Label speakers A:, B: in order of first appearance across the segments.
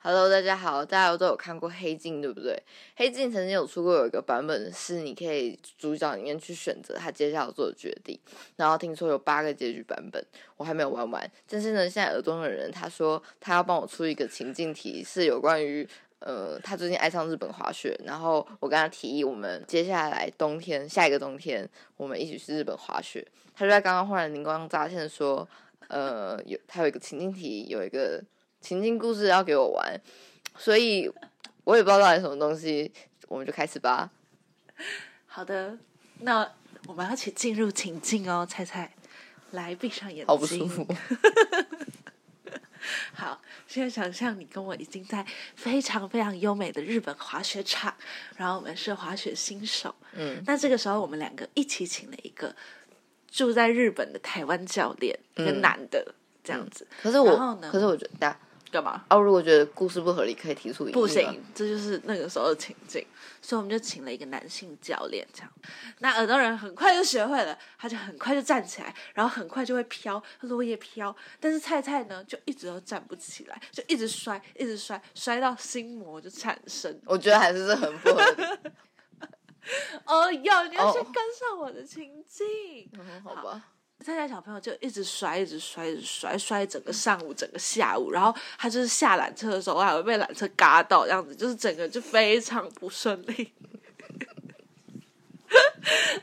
A: Hello，大家好，大家都有看过《黑镜》，对不对？《黑镜》曾经有出过有一个版本是你可以主角里面去选择他接下来做的决定，然后听说有八个结局版本，我还没有玩完。但是呢，现在耳中的人他说他要帮我出一个情境题，是有关于呃他最近爱上日本滑雪，然后我跟他提议我们接下来冬天下一个冬天我们一起去日本滑雪，他就在刚刚忽然灵光乍现说，呃有他有一个情境题，有一个。情境故事要给我玩，所以我也不知道到底什么东西，我们就开始吧。
B: 好的，那我们要一起进入情境哦，菜菜，来闭上眼睛，
A: 好不舒 服。
B: 好，现在想象你跟我已经在非常非常优美的日本滑雪场，然后我们是滑雪新手。
A: 嗯
B: 那这个时候我们两个一起请了一个住在日本的台湾教练，一个
A: 嗯
B: 男的，这样子
A: 可是
B: 然后
A: 我
B: 呢，
A: 可是我觉得，
B: 干嘛？
A: 哦，如果觉得故事不合理，可以提出异议吗
B: 不行，，这就是那个时候的情境，所以我们就请了一个男性教练这样。那耳朵人很快就学会了，他就很快就站起来，然后很快就会飘，落叶飘。但是菜菜呢，就一直都站不起来，就一直摔，一直摔，摔到心魔就产生。
A: 我觉得还是这很不合 理。
B: 哦哟，你要先
A: 哦
B: 跟上我的情境。
A: 嗯好吧，
B: 菜菜小朋友就一直摔，一直摔，一直摔，摔整个上午，整个下午，然后他就是下缆车的时候还会被缆车嘎到，这样子就是整个就非常不顺利。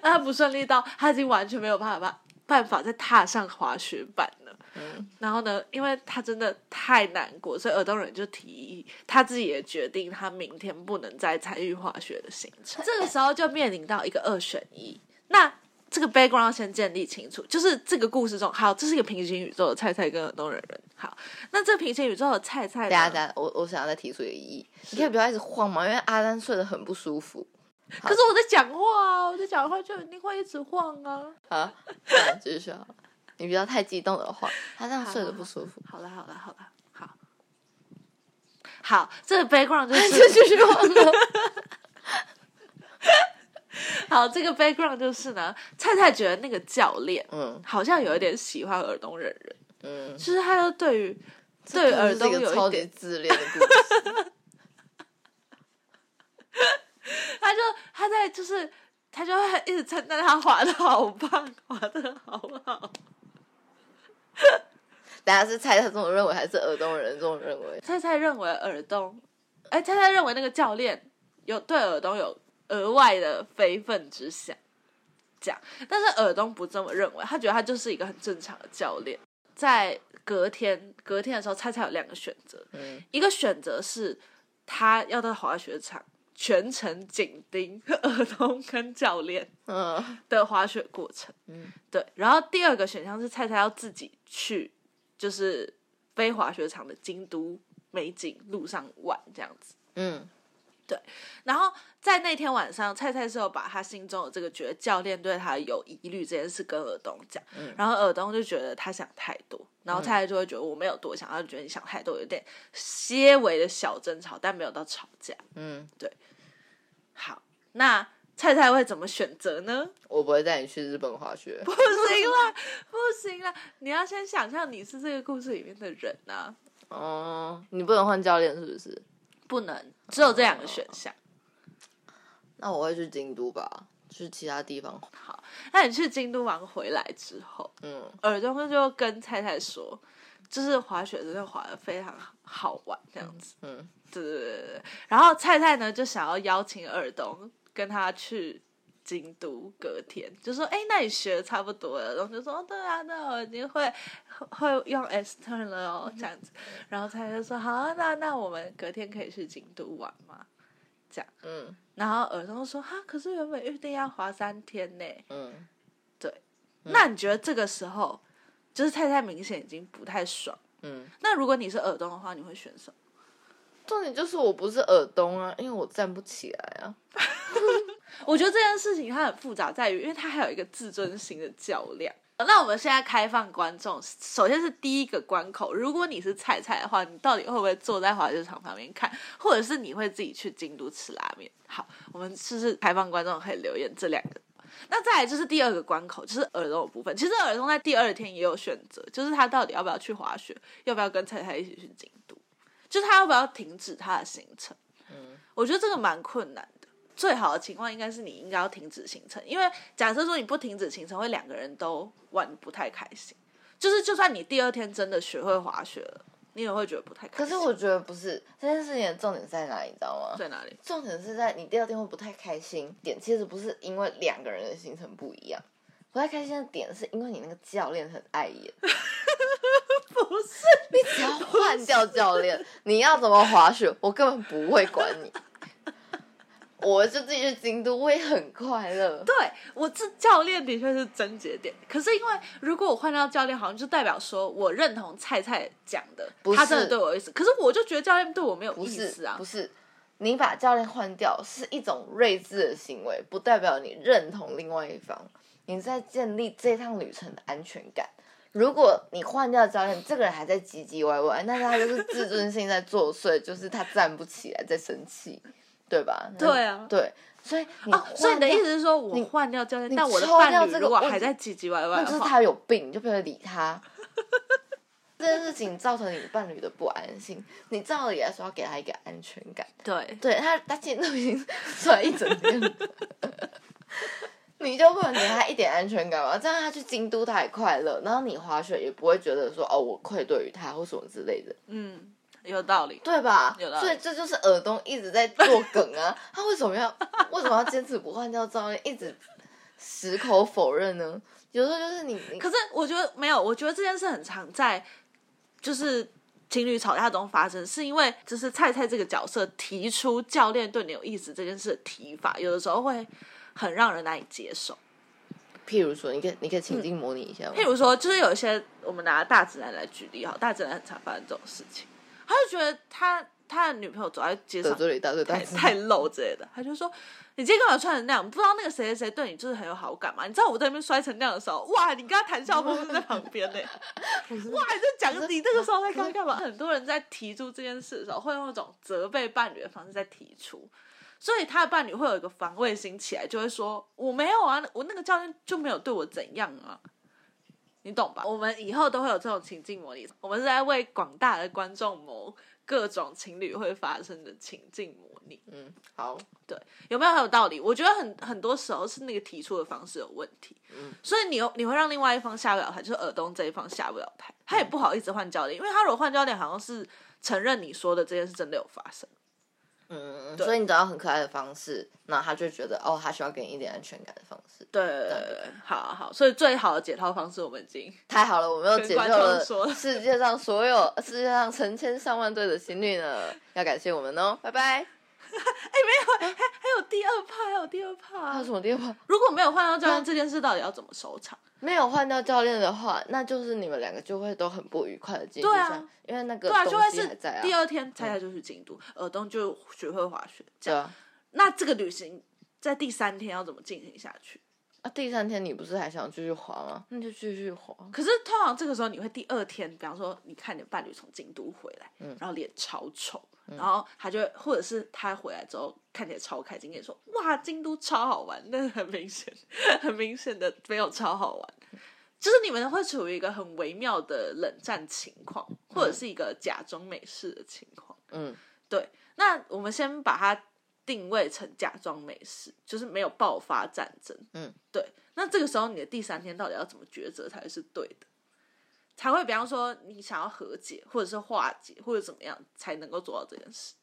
B: 那他不顺利到他已经完全没有办法办法再踏上滑雪板了。
A: 嗯
B: 然后呢，因为他真的太难过，所以耳东人就提议，他自己也决定他明天不能再参与滑雪的行程。这个时候就面临到一个二选一，那这个 background 要先建立清楚，就是这个故事中，好，这是一个平行宇宙的菜菜跟耳东人人。好，那这平行宇宙的菜菜呢，
A: 等一下等一下，我我想要再提出一个异议，你可以不要一直晃嘛，因为阿丹睡得很不舒服
B: 可是我在讲话啊，我在讲话就一定会一直晃啊。
A: 啊。好继续啊，你不要太激动的话，他这样睡得不舒服。
B: 好了，好了，好了，好，好，这个 background 就是
A: 这 就是晃了。
B: 好，这个 background 就是呢，菜菜觉得那个教练
A: 嗯
B: 好像有一点喜欢耳东人人，
A: 嗯，
B: 就是他就对于对于耳
A: 这
B: 东
A: 是一个
B: 有
A: 超
B: 一
A: 级
B: 点，
A: 自恋的故事。
B: 他就他在就是他就会一直称赞他滑的好棒，滑的好好。
A: 等下是猜他这种认为，还是耳东人这种认为？
B: 菜菜认为耳东，哎，菜菜认为那个教练有对耳东有额外的非分之想，这样，但是耳东不这么认为，他觉得他就是一个很正常的教练。在隔天隔天的时候，菜菜有两个选择，
A: 嗯，
B: 一个选择是他要到滑雪场全程紧盯儿童跟教练
A: 嗯
B: 的滑雪过程，
A: 嗯
B: 对。然后第二个选项是菜菜要自己去，就是非滑雪场的京都美景路上玩这样子。
A: 嗯
B: 然后在那天晚上，菜菜是有把他心中的这个觉得教练对他有疑虑这件事跟尔东讲，
A: 嗯
B: 然后尔东就觉得他想太多，然后
A: 嗯
B: 菜菜就会觉得我没有多想，他就觉得你想太多，有点些微的小争吵，但没有到吵架。
A: 嗯，
B: 好，那菜菜会怎么选择呢？
A: 我不会带你去日本滑雪
B: 不。行啦，不行啦！你要先想象你是这个故事里面的人啊，
A: 哦，你不能换教练是不是？
B: 不能只有这两个选项。
A: 那我会去京都吧，去其他地方。
B: 那你去京都玩回来之后，
A: 嗯
B: 耳东就跟菜菜说，就是滑雪真的滑的非常好玩，这样子。
A: 嗯，
B: 对对对对对。然后菜菜呢就想要邀请耳东跟他去京都，隔天就说：“哎，那你学的差不多了。”然后就说：“哦，对啊，那我已经会 会用 S turn 了哦，这 样子。”然后菜菜就说：“好啊，那那我们隔天可以去京都玩吗
A: 嗯？”
B: 然后耳东说：“哈，可是原本预定要滑三天呢。
A: 嗯，”
B: 那你觉得这个时候，就是菜菜明显已经不太爽。
A: 嗯，
B: 那如果你是耳东的话，你会选什么？
A: 重点就是我不是耳东啊，因为我站不起来啊。
B: 我觉得这件事情它很复杂，在于因为它还有一个自尊心的较量。那我们现在开放观众，首先是第一个关口，如果你是菜菜的话，你到底会不会坐在滑雪场旁边看，或者是你会自己去京都吃拉面？好，我们就是开放观众可以留言这两个。那再来就是第二个关口，就是耳聋的部分。其实耳聋在第二天也有选择，就是他到底要不要去滑雪，要不要跟菜菜一起去京都。就是他要不要停止他的行程？
A: 嗯，
B: 我觉得这个蛮困难的。最好的情况应该是你应该要停止行程，因为假设说你不停止行程，会两个人都玩得不太开心。就是就算你第二天真的学会滑雪了，你也会觉得不太开
A: 可
B: 心。
A: 是我觉得不是这件事情的重点在哪里，你知道吗？
B: 在哪里？
A: 重点是在你第二天会不太开心点，其实不是因为两个人的行程不一样，不太开心的点是因为你那个教练很碍眼。不 是，你只要换掉教练，你要怎么滑雪，我根本不会管你。 我就自己去京都，我也很快乐。
B: 对我这教练的确是症结点，可是因为如果我换到教练，好像就代表说我认同菜菜讲的
A: 不，是
B: 他真的对我有意思。可是我就觉得教练对我没有
A: 不
B: 意
A: 是
B: 思啊
A: 不。是，你把教练换掉是一种睿智的行为，不代表你认同另外一方。你在建立这趟旅程的安全感。如果你换掉教练，这个人还在唧唧歪歪，那他就是自尊心在作祟，就是他站不起来，在生气，对吧？那
B: 对啊
A: 对，所以你
B: 哦，所以你
A: 换
B: 的意
A: 掉
B: 思是说我
A: 你
B: 换掉教练，
A: 你
B: 但我的
A: 抽掉
B: 伴侣
A: 这个
B: 如果
A: 问
B: 还
A: 题
B: 在唧唧歪歪
A: 那就是
B: 的话，
A: 他有病，你就不要理他。这件事情造成你伴侣的不安心，你照理来说要给他一个安全感。
B: 对，
A: 对他，他今天都已经甩一整天了，你就不能给他一点安全感吗？这样他去京都他也快乐，然后你滑雪也不会觉得说哦我愧对于他或什么之类的，
B: 嗯，有道理。
A: 对吧
B: 有道？理
A: 所以这就是耳东一直在做梗啊，他为什么要为什么要坚持不换掉照片，一直矢口否认呢？有时候就是你你
B: 可是我觉得没有，我觉得这件事很常在就是情侣吵架中发生，是因为就是菜菜这个角色提出教练对你有意思这件事的提法，有的时候会很让人难以接受。
A: 譬如说，你可以你可以情境模拟一下吗？
B: 譬如说，就是有一些我们拿大直男来举例哈，大直男很常发生这种事情，他就觉得他他的女朋友走在街
A: 得
B: 上
A: 罪了一大堆大
B: 太
A: 字，
B: 太露之类的，他就说你今天干嘛穿成那样？不知道那个谁谁谁对你就是很有好感嘛？你知道我在那边摔成那样的时候，哇，你跟他谈笑风生在旁边呢、哇，你在
A: 不是
B: 讲你这个时候在干干嘛？很多人在提出这件事的时候，会用一种责备伴侣的方式在提出。所以他的伴侣会有一个防卫心起来，就会说：“我没有啊，我那个教练就没有对我怎样啊，你懂吧？”我们以后都会有这种情境模拟，我们是在为广大的观众谋各种情侣会发生的情境模拟，
A: 嗯，好，
B: 有没有很有道理？我觉得很很多时候是那个提出的方式有问题，
A: 嗯
B: 所以你有你会让另外一方下不了台，就是耳东这一方下不了台，他
A: 嗯
B: 也不好意思换教练，因为他如果换教练，好像是承认你说的这件事真的有发生。
A: 嗯，
B: 对
A: 所以你找到很可爱的方式，那他就觉得哦，他需要给你一点安全感的方式。
B: 对对对对，对好好好，所以最好的解套方式我们已经
A: 太好了，我们又
B: 跟
A: 解救
B: 观
A: 了
B: 众说了
A: 世界上所有世界上成千上万对的情侣呢，要感谢我们哦，拜拜。
B: 还有第二趴，还有第二
A: 还
B: 趴
A: 啊有。什么地方
B: 如果没有换到教
A: 那
B: 练，这件事到底要怎么收场？
A: 没有换掉教练的话，那就是你们两个就会都很不愉快的经历
B: 对啊
A: 下，因为那个
B: 对啊，就
A: 东
B: 会
A: 西还
B: 是
A: 在啊。
B: 第二天菜菜就去京都，尔东就学会滑雪。这
A: 对
B: 样，
A: 啊，
B: 那这个旅行在第三天要怎么进行下去？
A: 啊，第三天你不是还想继续滑吗？那就继续滑。
B: 可是通常这个时候你会第二天，比方说你看你的伴侣从京都回来，
A: 嗯
B: 然后脸超丑，然后他就会或者是他回来之后看起来超开心，跟你说哇京都超好玩，但是很明显 很明显的没有超好玩，就是你们会处于一个很微妙的冷战情况，或者是一个假装美式的情况。
A: 嗯，
B: 对，那我们先把它定位成假装没事，就是没有爆发战争。
A: 嗯，
B: 对。那这个时候你的第三天到底要怎么抉择才会是对的？才会，比方说你想要和解，或者是化解，或者怎么样才能够做到这件事？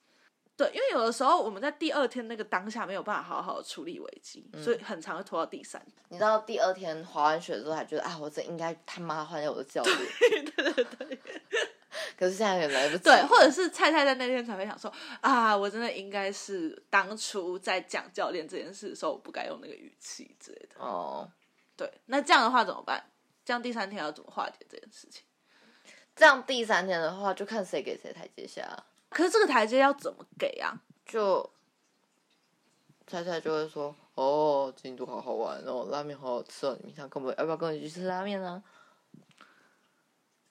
B: 对，因为有的时候我们在第二天那个当下没有办法好好处理危机，所以很常会拖到第三天。
A: 你知道第二天滑完雪之后，还觉得啊，我真应该他妈换掉我的教练。 可是现在有点来不及。
B: 对，或者是菜菜在那天才会想说啊，我真的应该是当初在讲教练这件事的时候，我不该用那个语气之类的。
A: 哦，
B: 对，那这样的话怎么办？这样第三天要怎么化解这件事情？
A: 这样第三天的话，就看谁给谁台阶下啊。
B: 可是这个台阶要怎么给啊？
A: 就菜菜就会说：“哦，京都好好玩哦，拉面好好吃哦，你平常跟我要不要跟我一起去吃拉面呢、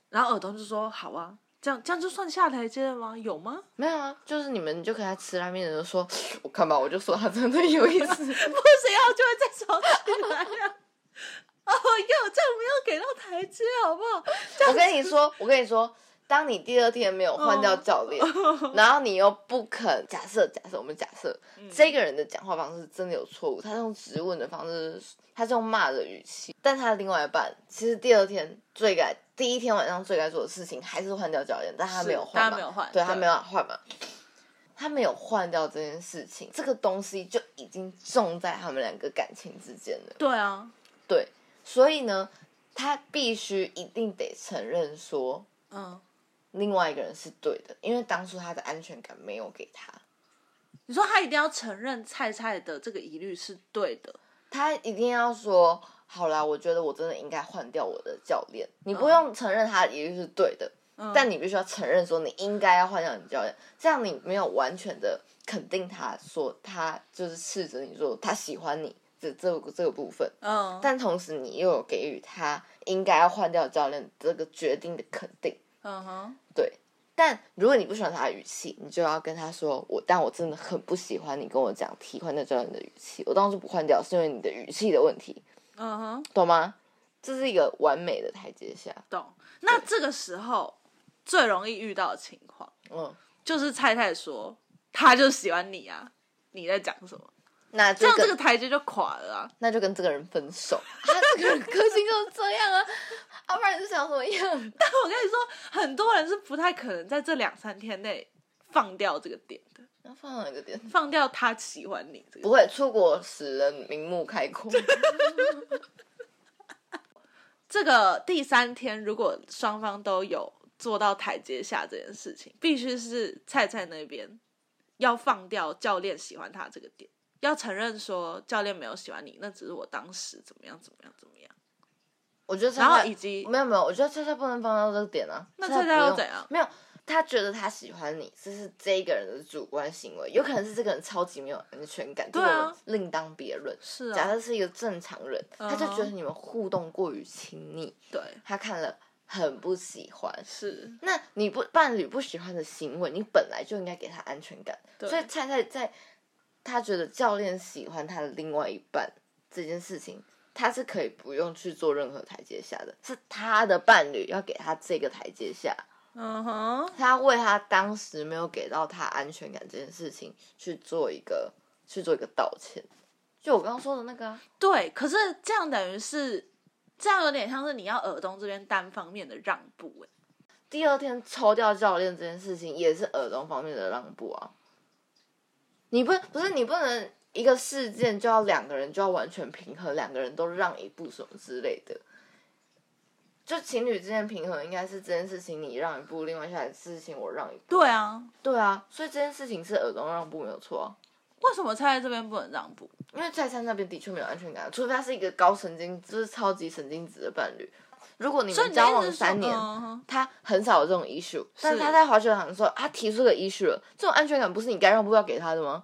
B: 然后耳东就说：“好啊，这样这样就算下台阶了吗？有吗？
A: 没有啊，就是你们就跟他吃拉面的时候说， 我看吧，我就说他真的有意思。
B: 不行，然后就会再吵起来啊呀、 哦哟，这样没有给到台阶，好不好？
A: 我跟你说，我跟你说，当你第二天没有换
B: 嗯
A: 掉教练，然后你又不肯假设，假设我们假设、
B: 嗯
A: 这个人的讲话方式真的有错误，他是用质问的方式，他是用骂的语气，但他的另外一半其实第二天最该第一天晚上最该做的事情还是换掉教练，但他没有
B: 是
A: 换嘛，
B: 他没有换
A: 对
B: 对
A: 他没有换嘛。他没有换掉这件事情，这个东西就已经种在他们两个感情之间了。
B: 对啊，
A: 对，所以呢，他必须一定得承认说，
B: 嗯，
A: 另外一个人是对的，因为当初他的安全感没有给他，
B: 你说他一定要承认菜菜的这个疑虑是对的，
A: 他一定要说好啦，我觉得我真的应该换掉我的教练。你不用承认他的疑虑是对的，
B: 嗯、
A: 但你必须要承认说你应该要换掉你的教练，这样你没有完全的肯定他说他就是斥责你说他喜欢你这这个这个部分，
B: 嗯，
A: 但同时你又有给予他应该要换掉教练这个决定的肯定。
B: 嗯哼，
A: 对，但如果你不喜欢他的语气，你就要跟他说：“我，但我真的很不喜欢你跟我讲替换掉教练的语气。我当初不换掉是因为你的语气的问题，
B: 嗯哼，
A: 懂吗？”这是一个完美的台阶下。
B: 懂。那这个时候最容易遇到的情况
A: 嗯，
B: 就是菜菜说他就喜欢你啊，你在讲什么？
A: 那
B: 这
A: 就
B: 样
A: 跟
B: 这个台阶就垮了啊。
A: 那就跟这个人分 手。他这个人个性就是这样啊，要、不然你是想怎么样？
B: 但我跟你说，很多人是不太可能在这两三天内放掉这个点的，
A: 然后放了一个点，
B: 放掉他喜欢你这
A: 不
B: 个。
A: 会出国使人明目开阔。
B: 这个第三天，如果双方都有做到台阶下这件事情，必须是菜菜那边要放掉教练喜欢他这个点，要承认说教练没有喜欢你，那只是我当时怎么样怎么样怎么样。
A: 我觉得
B: 然后
A: 蔡蔡
B: 以及
A: 没有没有，我觉得菜菜不能放到这个点啊。
B: 那
A: 蔡
B: 菜
A: 蔡
B: 菜
A: 不
B: 又
A: 用
B: 怎样
A: 没有，他觉得他喜欢你，这是这一个人的主观行为，有可能是这个人超级没有安全感，
B: 对啊
A: 这个另当别论。
B: 是
A: 假
B: 啊，
A: 设是一个正常人，
B: 嗯
A: 他就觉得你们互动过于亲密，
B: 对，
A: 他看了很不喜欢。
B: 是
A: 那你不伴侣不喜欢的行为，你本来就应该给他安全感。
B: 对
A: 所以菜菜在他觉得教练喜欢他的另外一半这件事情，他是可以不用去做任何台阶下的，是他的伴侣要给他这个台阶下，
B: 嗯哼，
A: 他为他当时没有给到他安全感这件事情去做一个去做一个道歉。就我刚刚说的那个、啊，
B: 对。可是这样等于是，这样有点像是你要耳东这边单方面的让步、欸，
A: 第二天抽掉教练这件事情也是耳东方面的让步啊。你不不是你不能一个事件就要两个人就要完全平衡，两个人都让一步什么之类的。就情侣之间平衡应该是这件事情你让一步，另外一件事情我让一步。
B: 对啊，
A: 对啊，所以这件事情是耳东让步没有错、啊，
B: 为什么菜菜这边不能让步？
A: 因为蔡灿那边的确没有安全感，除非他是一个高神经，就是超级神经质的伴侣。如果你
B: 所以
A: 们
B: 你
A: 交
B: 的意思
A: 往
B: 是
A: 三
B: 说
A: 年，
B: 嗯哼
A: 他很少有这种 issue，但是他在滑雪场的时候，他提出个 issue 了，这种安全感不是你该让步要给他的吗？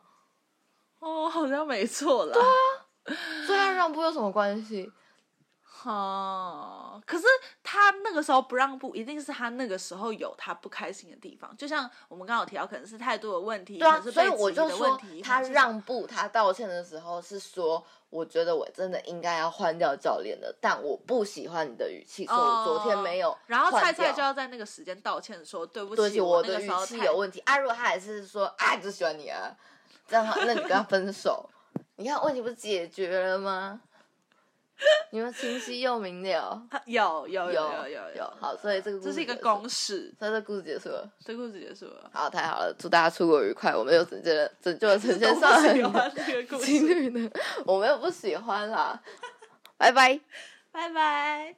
B: 哦，好像没错啦。对啊，
A: 所以他让步有什么关系？
B: 哦，可是他那个时候不让步，一定是他那个时候有他不开心的地方。就像我们刚刚有提到，可能是态度的问题，
A: 对啊，
B: 可能是
A: 所以
B: 被质
A: 我
B: 疑的
A: 就
B: 问
A: 说
B: 题。
A: 他
B: 可能是
A: 让步，他道歉的时候是说，我觉得我真的应该要换掉教练的，但我不喜欢你的语气，说我昨天没有
B: 哦然后
A: 换
B: 菜菜
A: 掉
B: 就要在那个时间道歉说对不
A: 对不
B: 起，
A: 起，我
B: 我那
A: 的
B: 个
A: 语
B: 时候
A: 气
B: 太
A: 有问题。啊，如果他还是说啊，只喜欢你啊，这样的话，那你跟他分手，你看问题不是解决了吗？你们清晰又明了，
B: 有有有
A: 有
B: 有
A: 有，好，所以这个故
B: 这
A: 事
B: 是一个
A: 结束
B: 公式。
A: 所以这故事结束了。
B: 这故事结束了。
A: 好，太好了，祝大家出国愉快。我们又拯救了拯 救了成千上
B: 我不
A: 万
B: 喜
A: 的
B: 欢这个故
A: 情
B: 事，
A: 侣呢，我们又不喜欢啦，拜拜。
B: 拜拜。